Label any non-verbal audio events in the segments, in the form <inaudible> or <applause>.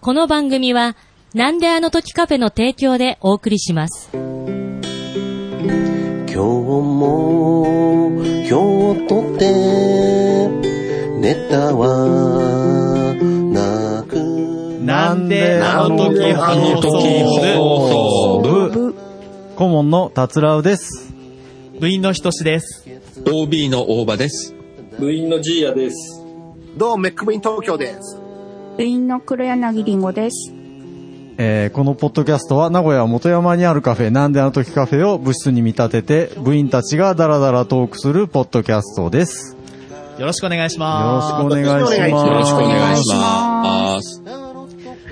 この番組は、なんであの時カフェの提供でお送りします。今日も今日とってネタはなくなんであの時放送部顧問の達郎です。部員のひとしです。 OB の大場です。部員のジーヤです。どうも、メックブイン東京です。部員の黒柳りんごです。えーこのポッドキャストは名古屋元山にあるカフェ、なんであの時カフェを部室に見立てて、部員たちがダラダラトークするポッドキャストです。よよろしくお願いしろましす。くお願いしよよまろす。しくお願いしまます。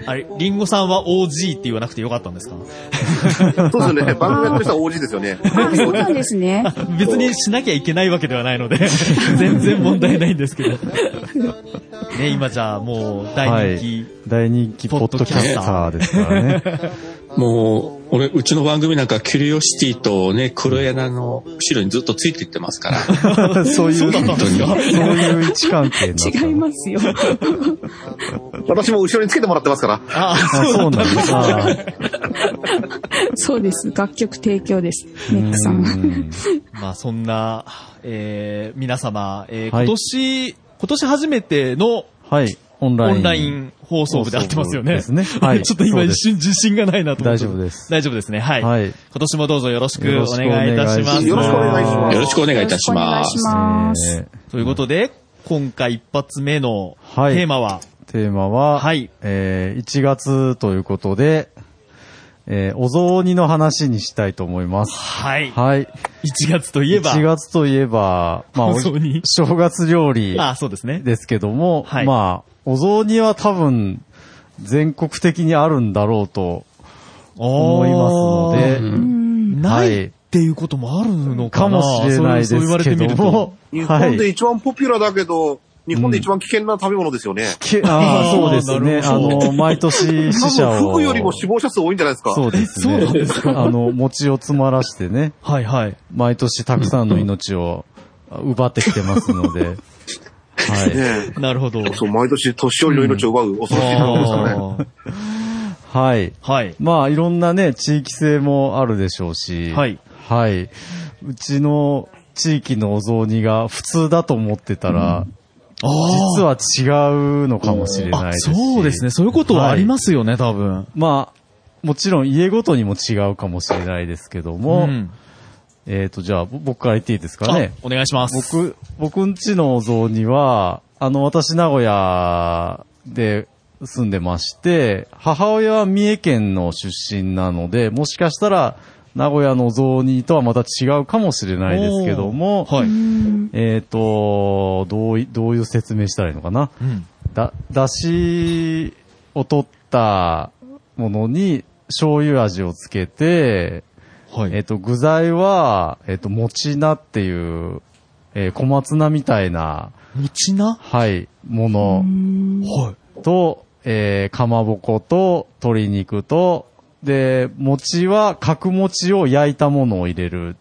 あれ、リンゴさんは OG って言わなくてよかったんですかそうですよね。番組やってる人は OG ですよね。あ、そうなんですね。別にしなきゃいけないわけではないので、 <laughs> 全然問題ないんですけど。ね、今じゃあもう大人大人気ポッドキャスターですから <laughs> ね。もう、俺、うちの番組なんか、キュリオシティとね、黒柳の後ろにずっとついていってますから。 <laughs> そういう、そうだったんそうですかいう位置関係になった違いますよ。私も後ろにつけてもらってますから。気。ああ、あそうなんですか。そうです。楽曲提供です。メックさ。うんんまあそんな、えー、皆様、えーはい今年、今年初めてのはい、オンライオン。ンライン放送部で合ってますよね。放送部ですねはい <laughs> ちょっと今そう一です瞬自信がないなと思って。大丈夫です大丈夫ですね。はい。はい今年もどうぞよろしくお願いいたします。よろしくお願いしますよろしくお願いいたしまよろしくお願いしす。ます。えーということで、今回一発目のはいテーマは、テーマは、はいえー1月ということで、えーお雑煮の話にしたいと思います。はい。はい。 1月といえば、 1月といえば、まあ、おお雑煮正月料理あそうですね。ですけども、はいまあ、お雑煮は多分、全国的にあるんだろうと思いますおーので、なはいいっていうこともあるのかかなもしれないでそう言わすれてけどみるとも。、日は本でい。一番ポピュラーだけど、日本で一番危険な食べ物ですよね。けああ、そうですね。ああーなるほどの、毎年死者多分、を。服よりも死亡者数多いんじゃないですか。そうですね。あの、餅を詰まらしてね、はいはい。毎年たくさんの命を奪ってきてますの <laughs> で、はい。ねなるほど。えそう、毎年年寄りの命を奪う恐ろしい食べ物ですからね。あーはい。はい。まあ、いろんなね、地域性もあるでしょうし、はい。はい。うちの地域のお雑煮が普通だと思ってたら、実は違うのかもしれないあ、ですしそうですね。そういうことはありますよね、多分。まあ、もちろん家ごとにも違うかもしれないですけども、うんえっ、と、じゃあ、ぼ僕から言っていいですかね。あお願いします。僕、僕んちのお雑煮は、あの、私名古屋で住んでまして、母親は三重県の出身なので、もしかしたら、名古屋のお雑煮とはまた違うかもしれないですけども、はい。えっ、と、どうい、どういう説明したらいいのかな。うんだ、だしを取ったものに醤油味をつけて、はい。えっ、と、具材は、えっ、と、餅菜っていう、えー小松菜みたいな、持ちなはい、ものはと、えーかまぼこと、鶏肉と、で、餅は、角餅を焼いたものを入れる。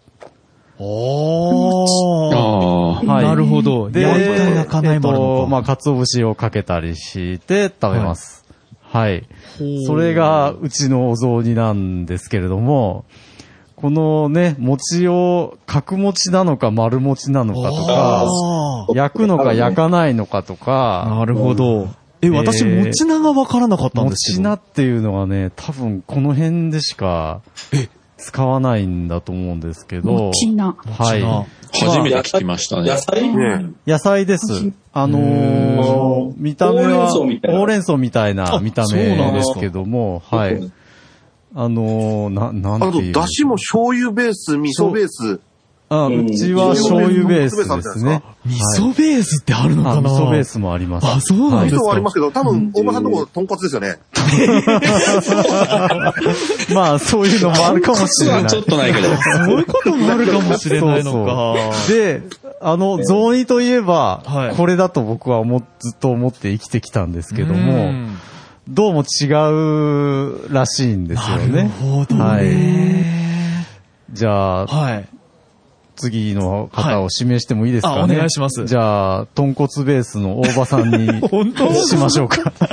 い。おー。ああ。はい。なるほど。で、焼いた焼かないもあるえっのと、まあ、か。かつお節をかけたりして食べます。はいほうそれがうちのお雑煮なんですけれども、このね、餅を角餅なのか丸餅なのかとか、あー焼くのか焼かないのかとか、なるほど。え、ー私、持ちながわからなかったんです餅け菜っど。ていうのはね、多分この辺でしか使わないんだと思うんですけども、ちな。はい。餅初めて聞きましたね野。菜ね野菜です。あのー、見た目は、ほうれん草みたいなほうれん草みたいなあ見たそう目なんでですすかけども、はい。あのー、な、なんあてと、いう。だしも醤油ベース、味噌ベース。あ、うんうちは醤油ベースですね。味噌ベースってあるのあか味な噌ベー。スもあります。あ、そうなん味です噌はありかますけど、多分、大場さんのとこ、豚骨ですよね。まあ、そういうのもあるかもしれない。ちょっとないけど。そういうこともあるかもしれないのか。で、あの、雑煮といえば、はいこれだと僕はもずっと思って生きてきたんですけどうも、んどうも違うらしいんですよなるね。ほどはいね。じゃあ、はい。次の方を指名してもいいですかね。はいあお願いしますじゃあ、豚骨ベースの大場さん <laughs> に本当しましょう <laughs> か。ま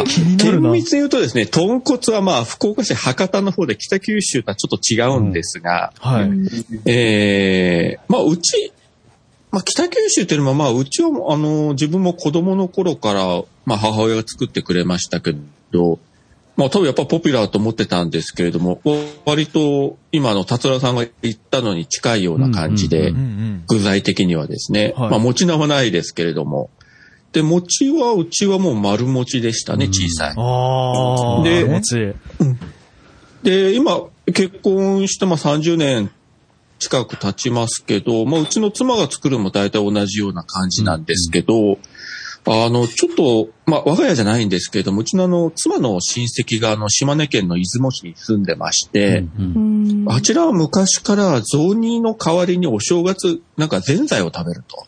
あ、になる厳な密に言うとですね、豚骨はまあ、福岡市博多の方で北九州とはちょっと違うんですが、はい。ええまあ、うち、まあ、北九州というのも、まあ、うちは、あの、自分も子供の頃から、まあ、母親が作ってくれましたけど、まあ、多分やっぱポピュラーと思ってたんですけれども、わ割と、今の達郎さんが言ったのに近いような感じでうんう、ん。具材的にはですね、はいまあ、餅菜はないですけれども、で、餅は、うちはもう丸餅でしたね、小さい。ああ。で気持ちいいで、今、結婚してまあ30年近く経ちますけど、まあ、うちの妻が作るのも大体同じような感じなんですけど、あの、ちょっと、まあ、我が家じゃないんですけれども、うちのあの、妻の親戚があの、島根県の出雲市に住んでまして、うんあちらは昔から雑煮の代わりにお正月、なんかぜんざいを食べると。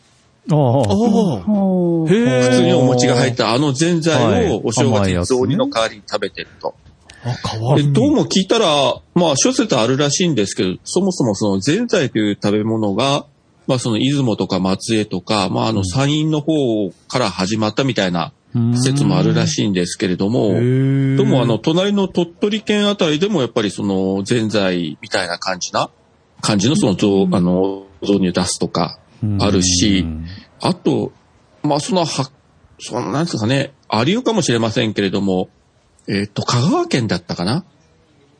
ああほあ。うへえ。普通にお餅が入ったあのぜんざいはをいお正甘月いやにつね雑煮の代わりに食べてると。あ、変わでる。どうも聞いたら、まあ諸説あるらしいんですけど、そもそもそのぜんざいという食べ物が、まあその出雲とか松江とか、まああの山陰の方から始まったみたいなあ。説もあるらしいんですけれども、へえどうもあの、隣の鳥取県あたりでもやっぱりそのぜんざいみたいな感じな、感じのその雑、あの、雑煮を出すとか、うんあるしあと、まあ、その、は、その、なんですかね、ありうかもしれませんけれども、えっ、と、香川県だったかな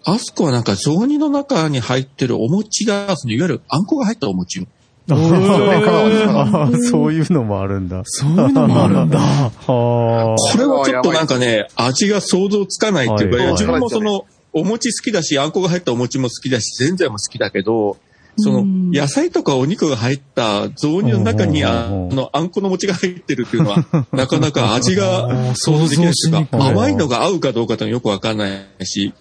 あそこはなんか雑煮の中に入ってるお餅が、そのいわゆるあんこが入ったお餅を。あー <laughs> そういうのもあるんだ。そういうのもあるんだ。はこれはちょっとなんかね、味が想像つかないっていうか、はいいや自分もその、お餅好きだし、あんこが入ったお餅も好きだし、ぜんざいも好きだけど、その、うん野菜とかお肉が入った雑煮の中に、あうんうんうんの、あんこの餅が入ってるっていう <laughs> のは、なかなか味あがー想像できないってい想像しうにか、くい甘いのが合うかどうかっていうのよくわかんないし、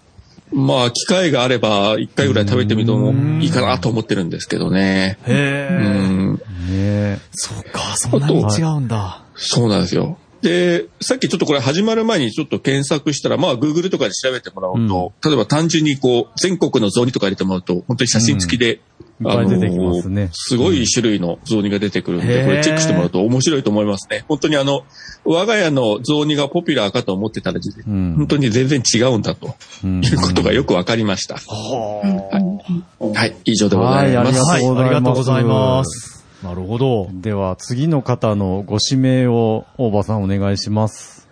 まあ、機会があれば、一回ぐらい食べてみてもいいかなと思ってるんですけどね。へうえ。ん。あ。ねそうか、そんなに違うんだ。そうなんですよ。で、さっきちょっとこれ始まる前にちょっと検索したら、まあ、Google とかで調べてもらうと、例えば単純にこう、全国の雑煮とか入れてもらうと、本当に写真付きで、うんいっぱい出てきますねあのーすごい種類の雑煮が出てくるんで、うんこれチェックしてもらうと面白いと思いますね。本当にあの、我が家の雑煮がポピュラーかと思ってたら、え。うん本当に全然違うんだとうんいうことがよくわかりました。はい、以上でごはざいい、あまりす。がとうございます。はいありがとうございます。なるほど。では、次の方のご指名を、大場さんお願いします。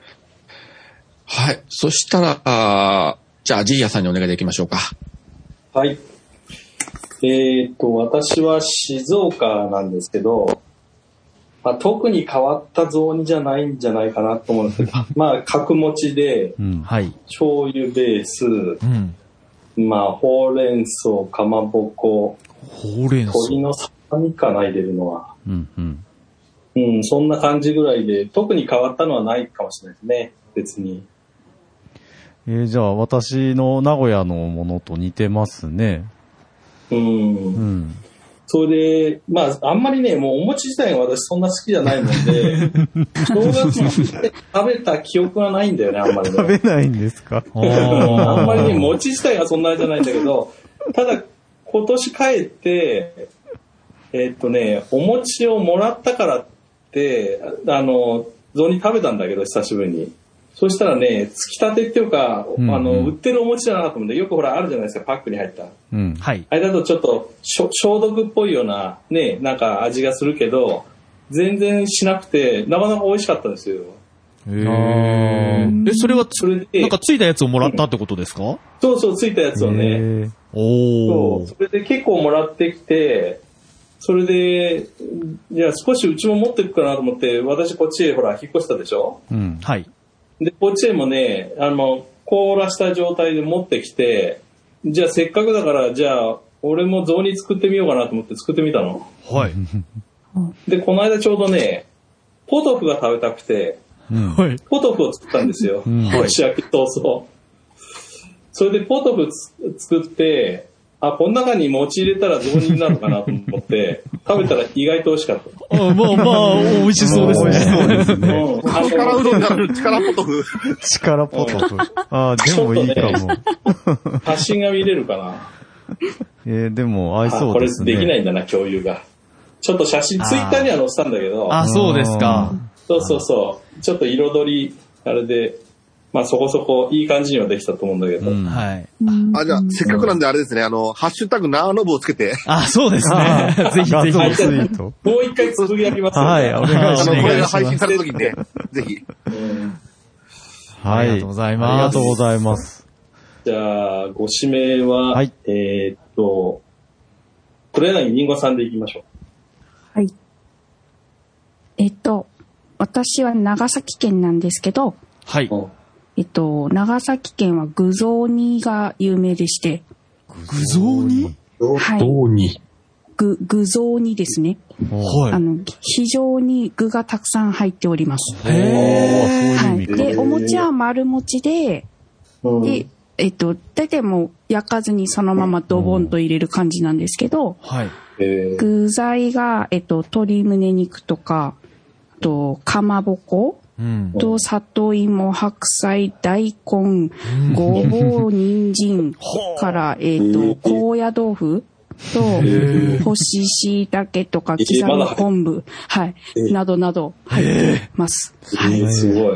はい、そしたら、あーじゃあ、ジーヤさんにお願いできましょうか。はい。えーっと、私は静岡なんですけど、まあ、特に変わった雑煮じゃないんじゃないかなと思うんですけ <laughs> ど、まあ、角餅で、うん。はい。醤油ベース、うん。まあ、ほうれん草、かまぼこ、ほうれん草。鶏のささみかな、入れるのは。うん、うん。うん、そんな感じぐらいで、特に変わったのはないかもしれないですね、別に。えーじゃあ、私の名古屋のものと似てますね。うんうん。それで、まあ、あんまりね、もうお餅自体が私そんな好きじゃないもんで、 <laughs> 正月に食べた記憶がないんだよね、あんまり、食べね。ないんですかああんまりね、ー餅自体がそんなあれじゃないんだけど、ただ、今年帰って、えっとね、お餅をもらったからって、あの、雑煮食べたんだけど、久しぶりに。そしたらね、つきたてっていうか、んうんあの、売ってるお餅じゃなかったもんで、よくほら、あるじゃないですか、パックに入った。うん。はい。あれだとちょっとしょ消毒っぽいようなね、なんか味がするけど、全然しなくて、なかなか美味しかったんですよ。へーえ、それはつそ、れでなんか、ついたやつをもらったってことですかそうそうついたやつをね、えーおそうお。それで結構もらってきて、それで、いや、少しうちも持っていくかなと思って、私こっちへほら、引っ越したでしょうん。はい。で、こっちへもね、あの、凍らした状態で持ってきて、じゃあせっかくだから、じゃあ、俺も雑煮作ってみようかなと思って作ってみたの。はい。で、この間ちょうどね、ポトフが食べたくて、はい。ポトフを作ったんですよ。ん年明け早々。それでポトフつ作って、あ、この中に餅入れたら雑煮になるかなと <laughs> 思って、食べたら意外と美味しかった。あまあま <laughs> あ、美味しそうです美味しそね。うですうね。ん、あの力うどんになる力ポトフ。力ポトフ。ああ、でもいいかも。写真が見れるかな。えーでも合いあそこうれですね。できないんだな、共有が。ちょっと写真、あーツイッターには載せたんだけど、あ、そうですか。そうそうそう、ちょっと彩り、あれで、まあそこそこいい感じにはできたと思うんだけど、うんはい。あ、じゃあ、せっかくなんであれですね、あの、ハッシュタグナーノブをつけて、あ、そうですね。 <laughs> ぜひ画ぜ像ツひ。ひイート。もう一回つぶやきますよはい、お願いあしの、まこす。れが配信された時に <laughs> ね、ぜひ。うんはい。ありがとうございますありがとうございます。じゃあ、ご指名は、はいえーっと、黒柳りんごさんでいきましょう。はい。えっと、私は長崎県なんですけど、はい。えっと、長崎県は具雑煮が有名でして、具像にはい。どうに。具、具雑煮ですね。あはの、非常に具がたくさん入っております。い。へー。はい。で、お餅は丸餅で、うんで、えっと、大体もう焼かずにそのままドボンと入れる感じなんですけど、はい。えー具材が、えっと、鶏胸肉とか、あと、かまぼこ、うん。と、里芋、白菜、大根、ごぼう、人 <laughs> 参から、えっ、と、高野豆腐と、干し椎茸とか、えー刻まみだ昆布、はい、などなど入ってます。えーすご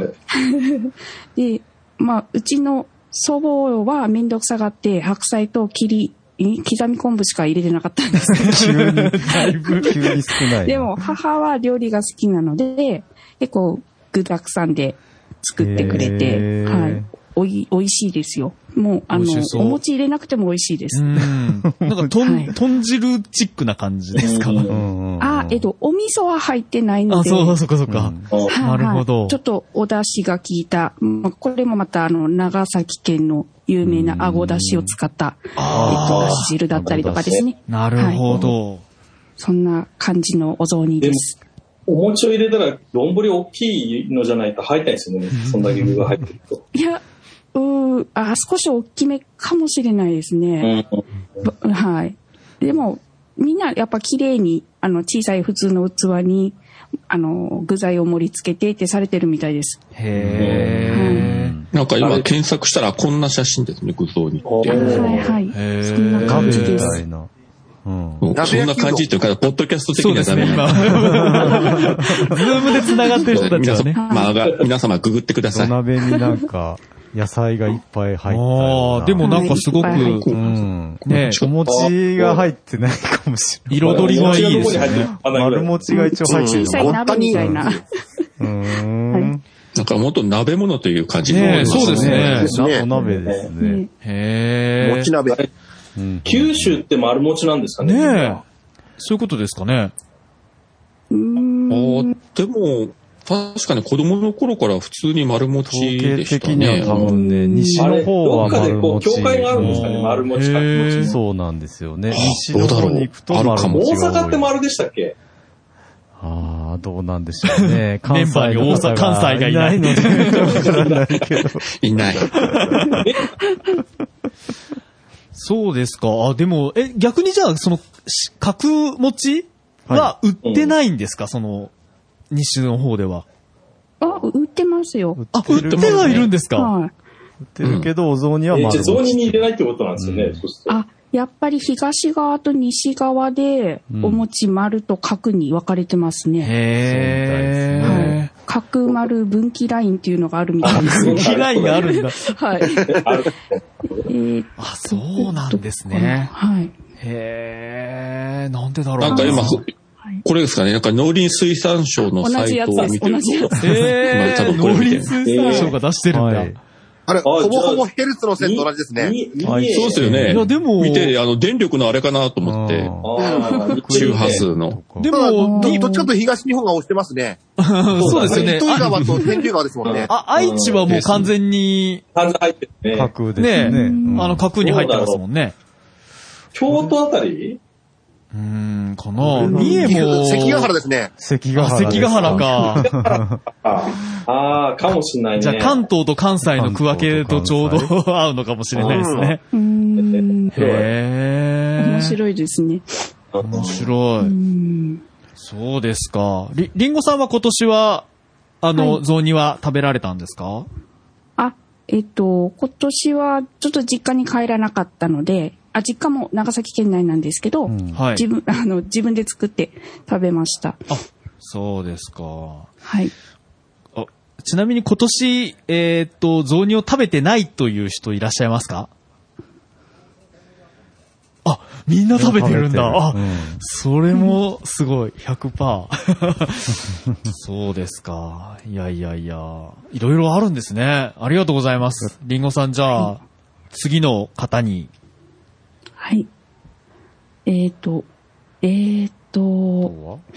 い。で、まあ、うちの祖母はめんどくさがって、白菜と切り、ん刻み昆布しか入れてなかったんですけど急に、だいぶ急に少ない。で、も母は料理が好きなので、結構具沢山で作ってくれへて、ーはい。おい、美味しいですよ。もう、あの美味し、そうお餅入れなくても美味しいでうす。ん。なんか、と <laughs> はん、い豚汁チックな感じですか。うんうんうん。あ、えっと、お味噌は入ってないのあ、で。そうか、そうか、そうか。うんはいなるほどはいちょっとお出汁が効いた、まあこれもまた、あの、長崎県の有名なあご出汁を使った、えっと、だし汁だったりとかですね。なるほど。そんな感じのお雑煮です。お餅を入れたら、丼大きいのじゃないと入ったいですよね。そんだけ具が入ってると。いや、うー、あ、少し大きめかもしれないですね。ばはい。でも、みんなやっぱ綺麗に、あの、小さい普通の器に、あの、具材を盛り付けてってされてるみたいです。へなんか今検索したらこんな写真ですね、具像に。おはいーはい。へそんなガ感ムじでみすた。いな。うん。そんな感じっていうか、ポッドキャスト的そうにではすダね、メなん今。だ <laughs> ズームで繋がってる人たち皆は様、ね。まあが皆様ググってくださ土い。鍋になんか、野菜がいっぱい入ったような。ああ、でもなんかすごく、はいいっうぱいん。ね、お餅が入ってないかもしれない。彩りがいいですよお餅がね。どこに入ってるかわかんないぐら丸い餅が一応入ってる小のさい鍋みたいな。うーん。なんかもっと鍋物という感じねえそうですねですねなお鍋ですね。へえ餅。鍋。うん九州って丸餅なんですかね。ねえ。そういうことですかね。あーでも、確かに子供の頃から普通に丸持統ち計でし的たにはね。多分ね、西あれ、の方どはっかで丸こう、餅。教会があるんですかね、丸餅か。へー餅そうなんですよね。あ西の方に行くとどうだろう丸あるかも餅が多大い。阪って丸でしたっけああ、どうなんでしょうね。関西 <laughs> メンバーにの大方阪関西がいないいの <laughs> で、わからないけど。いない。そうですか。あ、でも、え、逆にじゃあ、その、し角餅は売ってないんですか、その、西の方では。あ、売ってますよ。あ、売ってはいるんですかは売い。ってるけど、お雑煮えは丸ーじゃあ、餅。雑煮に入れないってことなんですよね。そうするとあ、やっぱり東側と西側で、うんお餅丸と角に分かれてますね。へーはい。角丸分岐ラインっていうのがあるみたいですそね。う被害があるんだ。 <laughs> はい。えあるーあ、そうなんですね。はい。へえ、なんでだろうなんか今、はいこれですかね、なんか農林水産省のサ同じイやトつをで見す。てる同じやつ。え多ー、分これ農見てる林水産省が出してるんだ。はいい、あれ、あほぼじゃあほぼヘルツの線と同じですね。ににはいにそうですよね。や、でも、見て、あの、電力のあれかなと思って、あー周波数の。でただ、ども、どっちにかというと東日本が押してますね。 <laughs> そうですよね。糸魚川と天竜川ですもんね。あ、愛知はもう完全に、炭酸入ってるね。角ですね。うんあの、角に入ってますもんね。京都あたりうーん、かな。うん三重も、関ヶ原ですね。関ヶあ原です。関ヶ原か。あーあー、かもしんないね。じゃあ関東と関西の区分けとちょう関東ど <laughs> 合うのかもしれないですね。うーん。へー。面白いですね。面白うい。ん。そうですか。り、りんごさんは今年は、あはの、い雑煮は食べられたんですかあ、えっと、今年はちょっと実家に帰らなかったので、あ、実家も長崎県内なんですけど、うんはい自。分、あの、自分で作って食べました。そうですか。はい。ちなみに今年、えーっと、雑煮を食べてないという人いらっしゃいますかあ、みんな食べてるんだ。あ、うんそれもすごい、100%。そう <laughs> ですか。いやいやいや。いろいろあるんですね。ありがとうございます。りんごさん、じゃあ、次の方に。はい。えっ、と、えっ、あとと、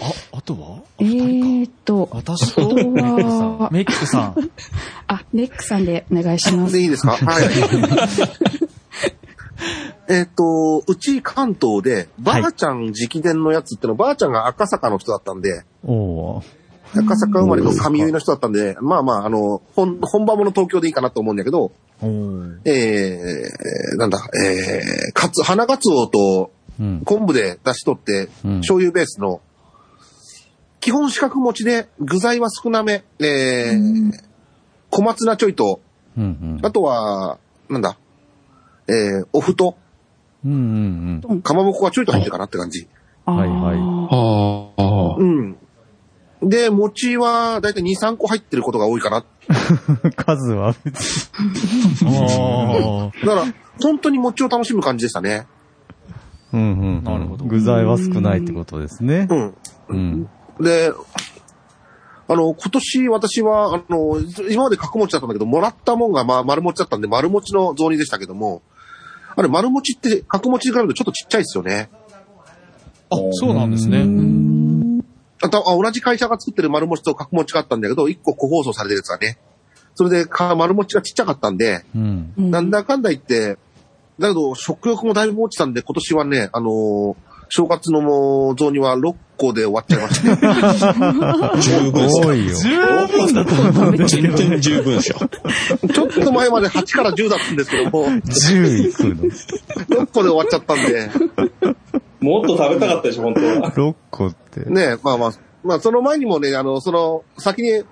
はあ、あとはえっ、と、私あと、とメキコさんは、メキコさん。あ、ネックさんでお願いしま。ですいいです <laughs> かはい。 <laughs> えっと、うち関東で、ばあちゃん直伝のやつってのは、ばあちゃんが赤坂の人だったんで、おう赤坂生まれの上結の人だったんで、まあまあ、あの、本、本場もの東京でいいかなと思うんだけど、おーえー、なんだ、えー、かつ、花かつおとうん。昆布で出し取って、うん醤油ベースの、基本四角持ちで、具材は少なめ、えー、小松菜ちょいと、うんうん。あとは、なんだ、えー、おふと、うんうんかまぼこがちょいと入ってるかなって感じ。あーはいはいああ。うん。で、餅はだいたい2、3個入ってることが多いかな。うん。数は別あだーから、本当に餅を楽しむ感じでしたね。うんうんうん。なるほど具材は少ないってことですねう。ん。うん。で、あの、今年私は、あの、今まで角餅だったんだけど、もらったもんが、まあ、丸餅だったんで、丸餅の雑煮でしたけども、あれ、丸餅って角餅に比べるとちょっとちっちゃいですよね。あ、 <laughs> そうなんですね。あと、あ同じ会社が作ってる丸餅と角餅があったんだけど、1個個包装されてるやつはね。それで、か丸餅がちっちゃかったんで、うん。うんなんだかんだ言って、だけど、食欲もだいぶ落ちたんで、今年はね、あのー正月のもう雑煮は6個で終わっちゃいました、ね。十分ですよ多いよ。十分だと思うんですけ全ど。然十分ですよ。ちょっと前まで8から10だったんですけども、 10いくの。 6個で終わっちゃったんで、もっと食べたかったでしょ、本当は。 <laughs> 6個って。ね、まあまあ、まあその前にもね、あの、その、先に、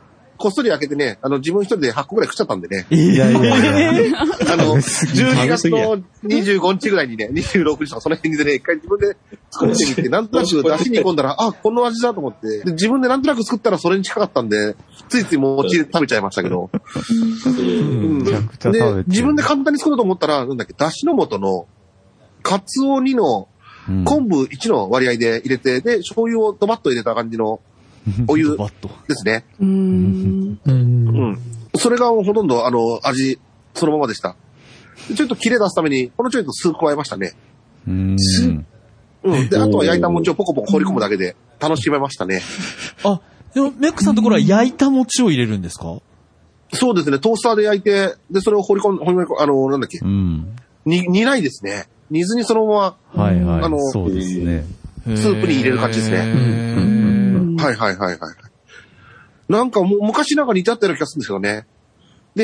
こっそり開けてね、あの、自分一人で8個ぐらい食っちゃったんでね。いやいやいや。あの、 <laughs> ぎ12月の25日ぐらいにね、26日とかその辺にね、一回自分で作ってみて、なんとなく出汁に込んだら、あ、この味だと思って、で自分でなんとなく作ったらそれに近かったんで、ついつい餅食べちゃいましたけど。うんめちゃくちゃ食べてでる、自分で簡単に作ろうと思ったら、なんだっけ、出汁の素の、カツオ2の、うん昆布1の割合で入れて、で、醤油をドバッと入れた感じ <laughs> のお湯バッと。ですね。うーん。うん。それがほとんど、あの、味、そのままでした。でちょっと切れ出すために、このちょいと酢加えましたね。うん。うん。で、あとは焼いた餅をポコポコ放り込むだけで、楽しめましたね。あ、でも、メックさんのところは焼いた餅を入れるんですかそうですね、トースターで焼いて、で、それを放り込ん、放り込んあの、なんだっけう、ん。に、煮ないですね。煮ずにそのまはいはあのい。そうですね。スープに入れる感じですねへーうんま、はいはいはいはい。なんかもう、昔なんか似たったような気がするんですけどね。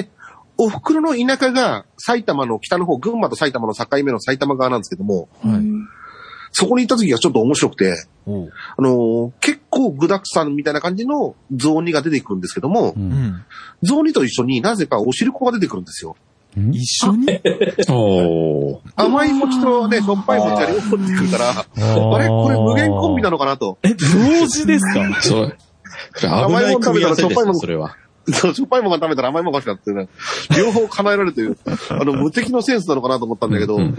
で、お袋の田舎が、埼玉の北の方、群馬と埼玉の境目の埼玉側なんですけども、はいそこに行った時がちょっと面白くて、おうあのー結構具沢山みたいな感じの雑煮が出てくるんですけどもう、。うんん。雑煮と一緒になぜかお汁粉が出てくるんですよ。一緒におー甘い餅とね、しょっぱい餅が両方出てくるから、あれこれ無限コンビなのかなと。え、同時ですかそう。それ危ない組み合わせですね、それは。そうしょっぱいもの食べたら甘いものが欲しくなってね、両方叶えられるという、あの、無敵のセンスなのかなと思ったんだけど、ううんん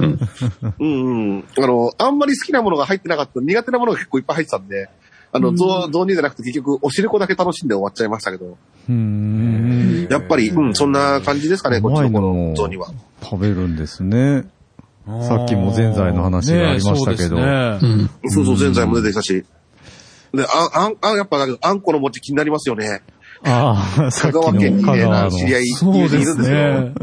うんうん。あの、あんまり好きなものが入ってなかった、苦手なものが結構いっぱい入ってたんで、あの、雑雑煮じゃなくて結局、お汁粉だけ楽しんで終わっちゃいましたけど、うん。やっぱり、うん、そんな感じですかね、こっちのこうまいのな雑煮は。食べるんですね。 <laughs> さっきもぜんざいの話がありましたけどねえそううですねん。そうそう、ぜんざいも出てきたし。で、あん、あん、あん、やっぱだけど、あんこの餅気になりますよね。ああ、さ香っきの川県に香ね、川なの。知り合いいそうるんでですすけど、ね。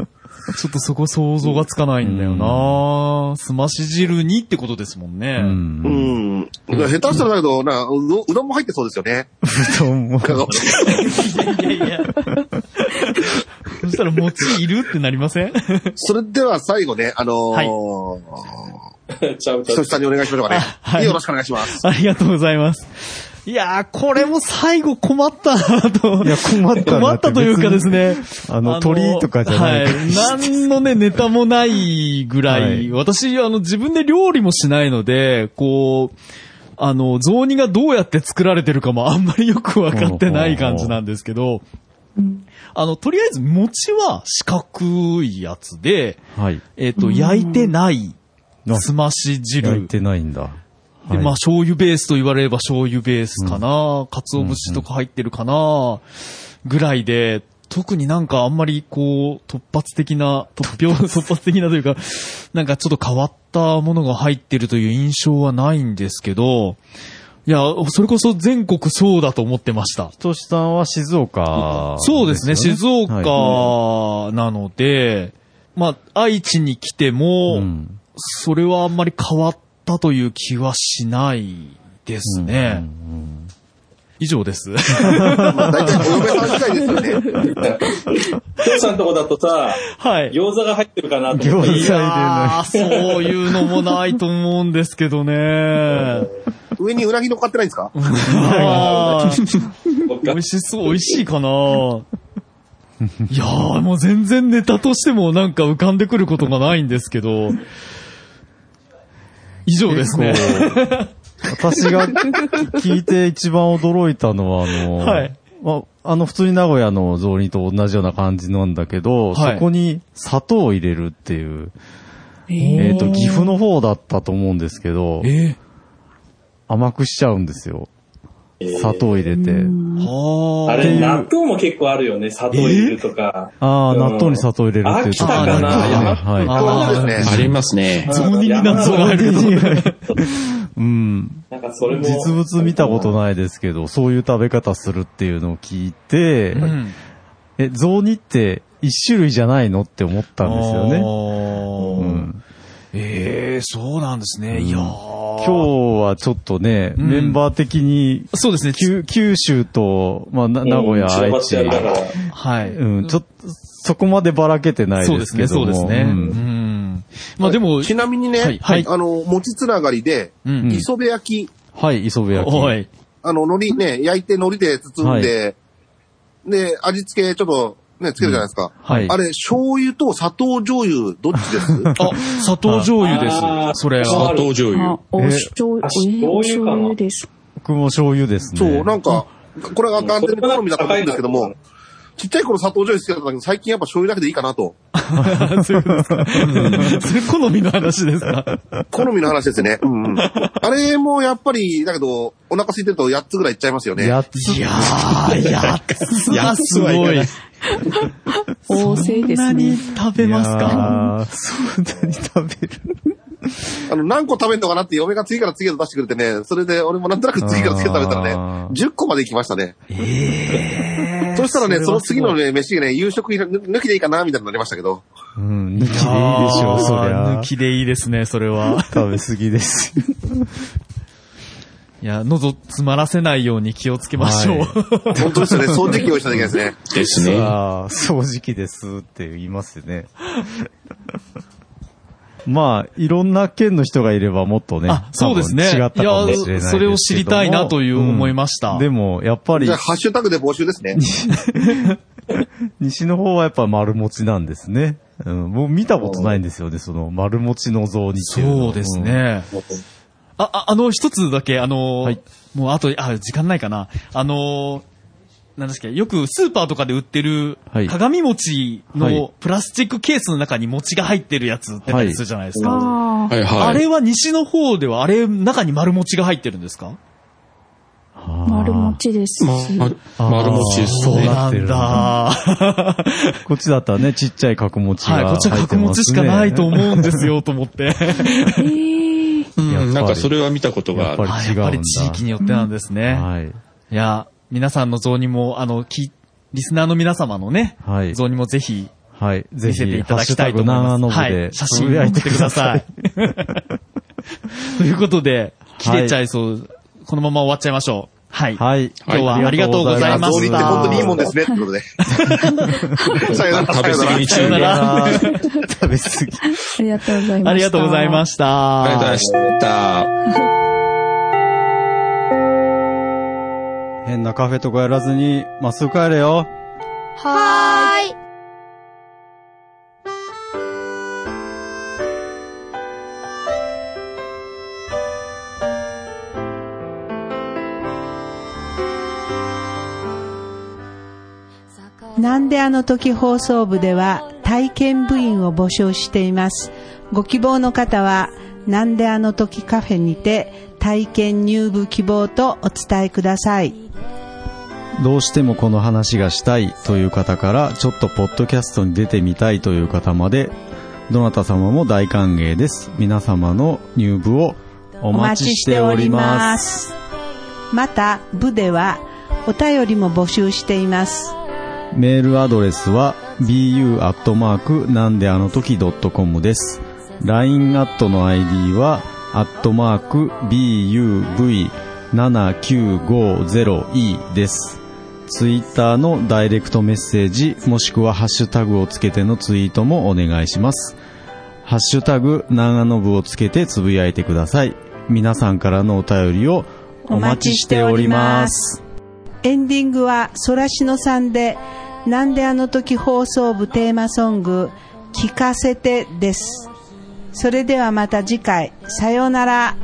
ちょっとそこ想像がつかないんだよなすまし汁にってことですもんう。ね。うんん。だから下手したらだけど、な、うどうどんも入ってそうですよね。布団も。香川いやいや。そしたら餅いるってなりませんそれでは最後ね、あのー、はいちゃうちひゃとうし。さんにお願いしましょうかね。あはいよろしくお願いします。ありがとうございます。いやー、これも最後困ったなと。いや困ったなって困ったというかですね。あの鳥とかじゃないはい。何のね、ネタもないぐらい。はい私、あの、自分で料理もしないので、こう、あの、雑煮がどうやって作られてるかもあんまりよくわかってない感じなんですけど、あの、とりあえず餅は四角いやつで、はい。えっ、と、焼いてない、あすまし汁。焼いてないんだ。で、はいまあ、醤油ベースと言われれば醤油ベースかな、鰹節とか入ってるかな、ぐらいで、特になんかあんまりこう、突発的な、突表、突発的なというか、なんかちょっと変わったものが入ってるという印象はないんですけど、いや、それこそ全国そうだと思ってました。としさんは静岡、そうですね、静岡はなので、まあ、愛知に来ていも、うんそれはあんまり変わったという気はしないですね。以上です。まあ大体お嫁さん次第ですよね。父さんのとこだとさ、 <laughs> はい。餃子が入ってるかなと餃思子って。入れない。ああ、そういうのもないと思うんですけ <laughs> どね。上にうなぎ乗っかってないんですかあー僕美が味しそう、美味しいかないやー、もう全然ネタとしてもなんか浮かんでくることがないんですけど、以上ですね。私が聞いて一番驚いたのは、あの、はいまあ、あの、普通に名古屋の雑煮と同じような感じなんだけど、はいそこに砂糖を入れるっていう、ええっ、と、岐阜の方だったと思うんですけど、え甘くしちゃうんですよ。砂糖入れて。はああ。れ、納豆も結構あるよね。砂糖入れるとか。ああ、うん納豆に砂糖入れるっていう飽きたかなありますねいやはああーそうですあね。りますね。雑煮に納豆が入るの。い。うん。なんかそれも。実物見たことないですけど、そういう食べ方するっていうのを聞いて、うんえ、雑煮って一種類じゃないのって思ったんですよね。うね。んええ、そうなんですね。いや今今日はちょっとね、うんメンバー的に、そうですね。九九州と、まあ、なうん名古屋、散らば愛っ知て、やるからはい。うん、ちょっと、そこまでばらけてないそうでですすけね、どそうも。ですね。ううんん。まあでも、ちなみにね、はいはいあの、餅つながりで、うん磯辺焼き、はい、磯辺焼き。おい。あの、海苔ね、焼いて海苔で包んで、で、味付けちょっとね、つけるじゃないですか。はい。あれ、醤油と砂糖醤油、どっちです <laughs> あ、砂糖醤油ですあー。それ。砂糖醤油あ。、お醤油あ醤油かな、お醤油です。僕も醤油ですね。そう、なんか、これは完全に好みだと思うんですけどそれはなんもか、ちっちゃい頃砂糖醤油好きだったんだけど、最近やっぱ醤油だけでいいかなと。そういうことですかそれ好みの話ですか好みの話ですね。うんうん。あれもやっぱり、だけど、お腹空いてると8つぐらいいっちゃいますよね。やっついやー、やつがすごい。旺盛ですね。食べますかかそんなに食べるあの、何個食べんのかなって嫁が次から次へと出してくれてね、それで俺もなんとなく次から次へと食べたあらー、ね10個まで行きましたね。そしたらね、その次のね、飯がね、夕食に抜きでいいかな、みたいになりましたけど。うん、抜きでいいでしょう、そりあーゃ抜。きでいいですね、それは。食べ過ぎです。 <laughs> いや、喉詰まらせないように気をつけましょう。本当ですよね、掃除機をした時ですね。ですね。ああ、掃除機ですって言いますよね。 <laughs> まあ、いろんな県の人がいればもっとね、 <laughs> あそうですね多分違ったかもしれないですけどもいやそれを知りたいなという思いましたうんでも、やっぱりじゃあ、、ハッシュタグで募集ですね。西の方はやっぱ丸餅なんですね。うん、もう見たことないんですよね、その丸餅の像にっていのそうです。ね。あ、あ、あの、一つだけ、あの、はいもうあと、あ、時間ないかな。あの、なんですか、よくスーパーとかで売ってるはい、鏡餅はいのプラスチックケースの中に餅が入ってるやつってたりするじゃないですか。ああ、はいはい。あれは西の方では、あれ、中に丸餅が入ってるんですかうん丸。餅です。ま、ま丸餅ですそうね。なってるんだはあーこっちだったらね、ちっちゃい角餅がい、入こっってちます、はね。角餅しかないと思うんですよ、と <laughs> 思って。えーうやっぱりん、なんかそれは見たことがある。やっぱり違うんだやっぱり地域によってなんですね。はい。いや、皆さんの像にも、あの、き、リスナーの皆様のね、はい像にもぜひはい。ぜ見せてひ、いハたッだシュきたタいとグ思い長ま野部す。はいで、、写真を送ってください。。 <laughs> ということで、切れちゃいそう、このまま終わっちゃいましょう。はい。はい。今日はありがとうございま雑煮しってた。本当にいいもんですね、って <laughs> ことで。さよなら、さよなら食べ過ぎ。にさ注意よなら。あー <laughs> 食べ過ぎ。ありがとうございました。ありがとうございました。ありがとうございました。変なカフェとかやらずに、まっすぐ帰れよ。はーい。なんであの時放送部では体験部員を募集しています。ご希望の方は、なんであの時カフェにて体験入部希望とお伝えください。どうしてもこの話がしたいという方から、ちょっとポッドキャストに出てみたいという方まで、どなた様も大歓迎です。皆様の入部をお待ちしております。す。また、部ではお便りも募集しています。メールアドレスは bu アットマークなんであの時 .com です。LINE アットの ID はアットマーク buv7950e です。ツイッターのダイレクトメッセージもしくはハッシュタグをつけてのツイートもお願いします。ハッシュタグ長野部をつけてつぶやいてください。皆さんからのお便りをお待ちしております。エンディングは、ソラシノさんで、なんであの時放送部テーマソング、聞かせてです。それではまた次回、さようなら。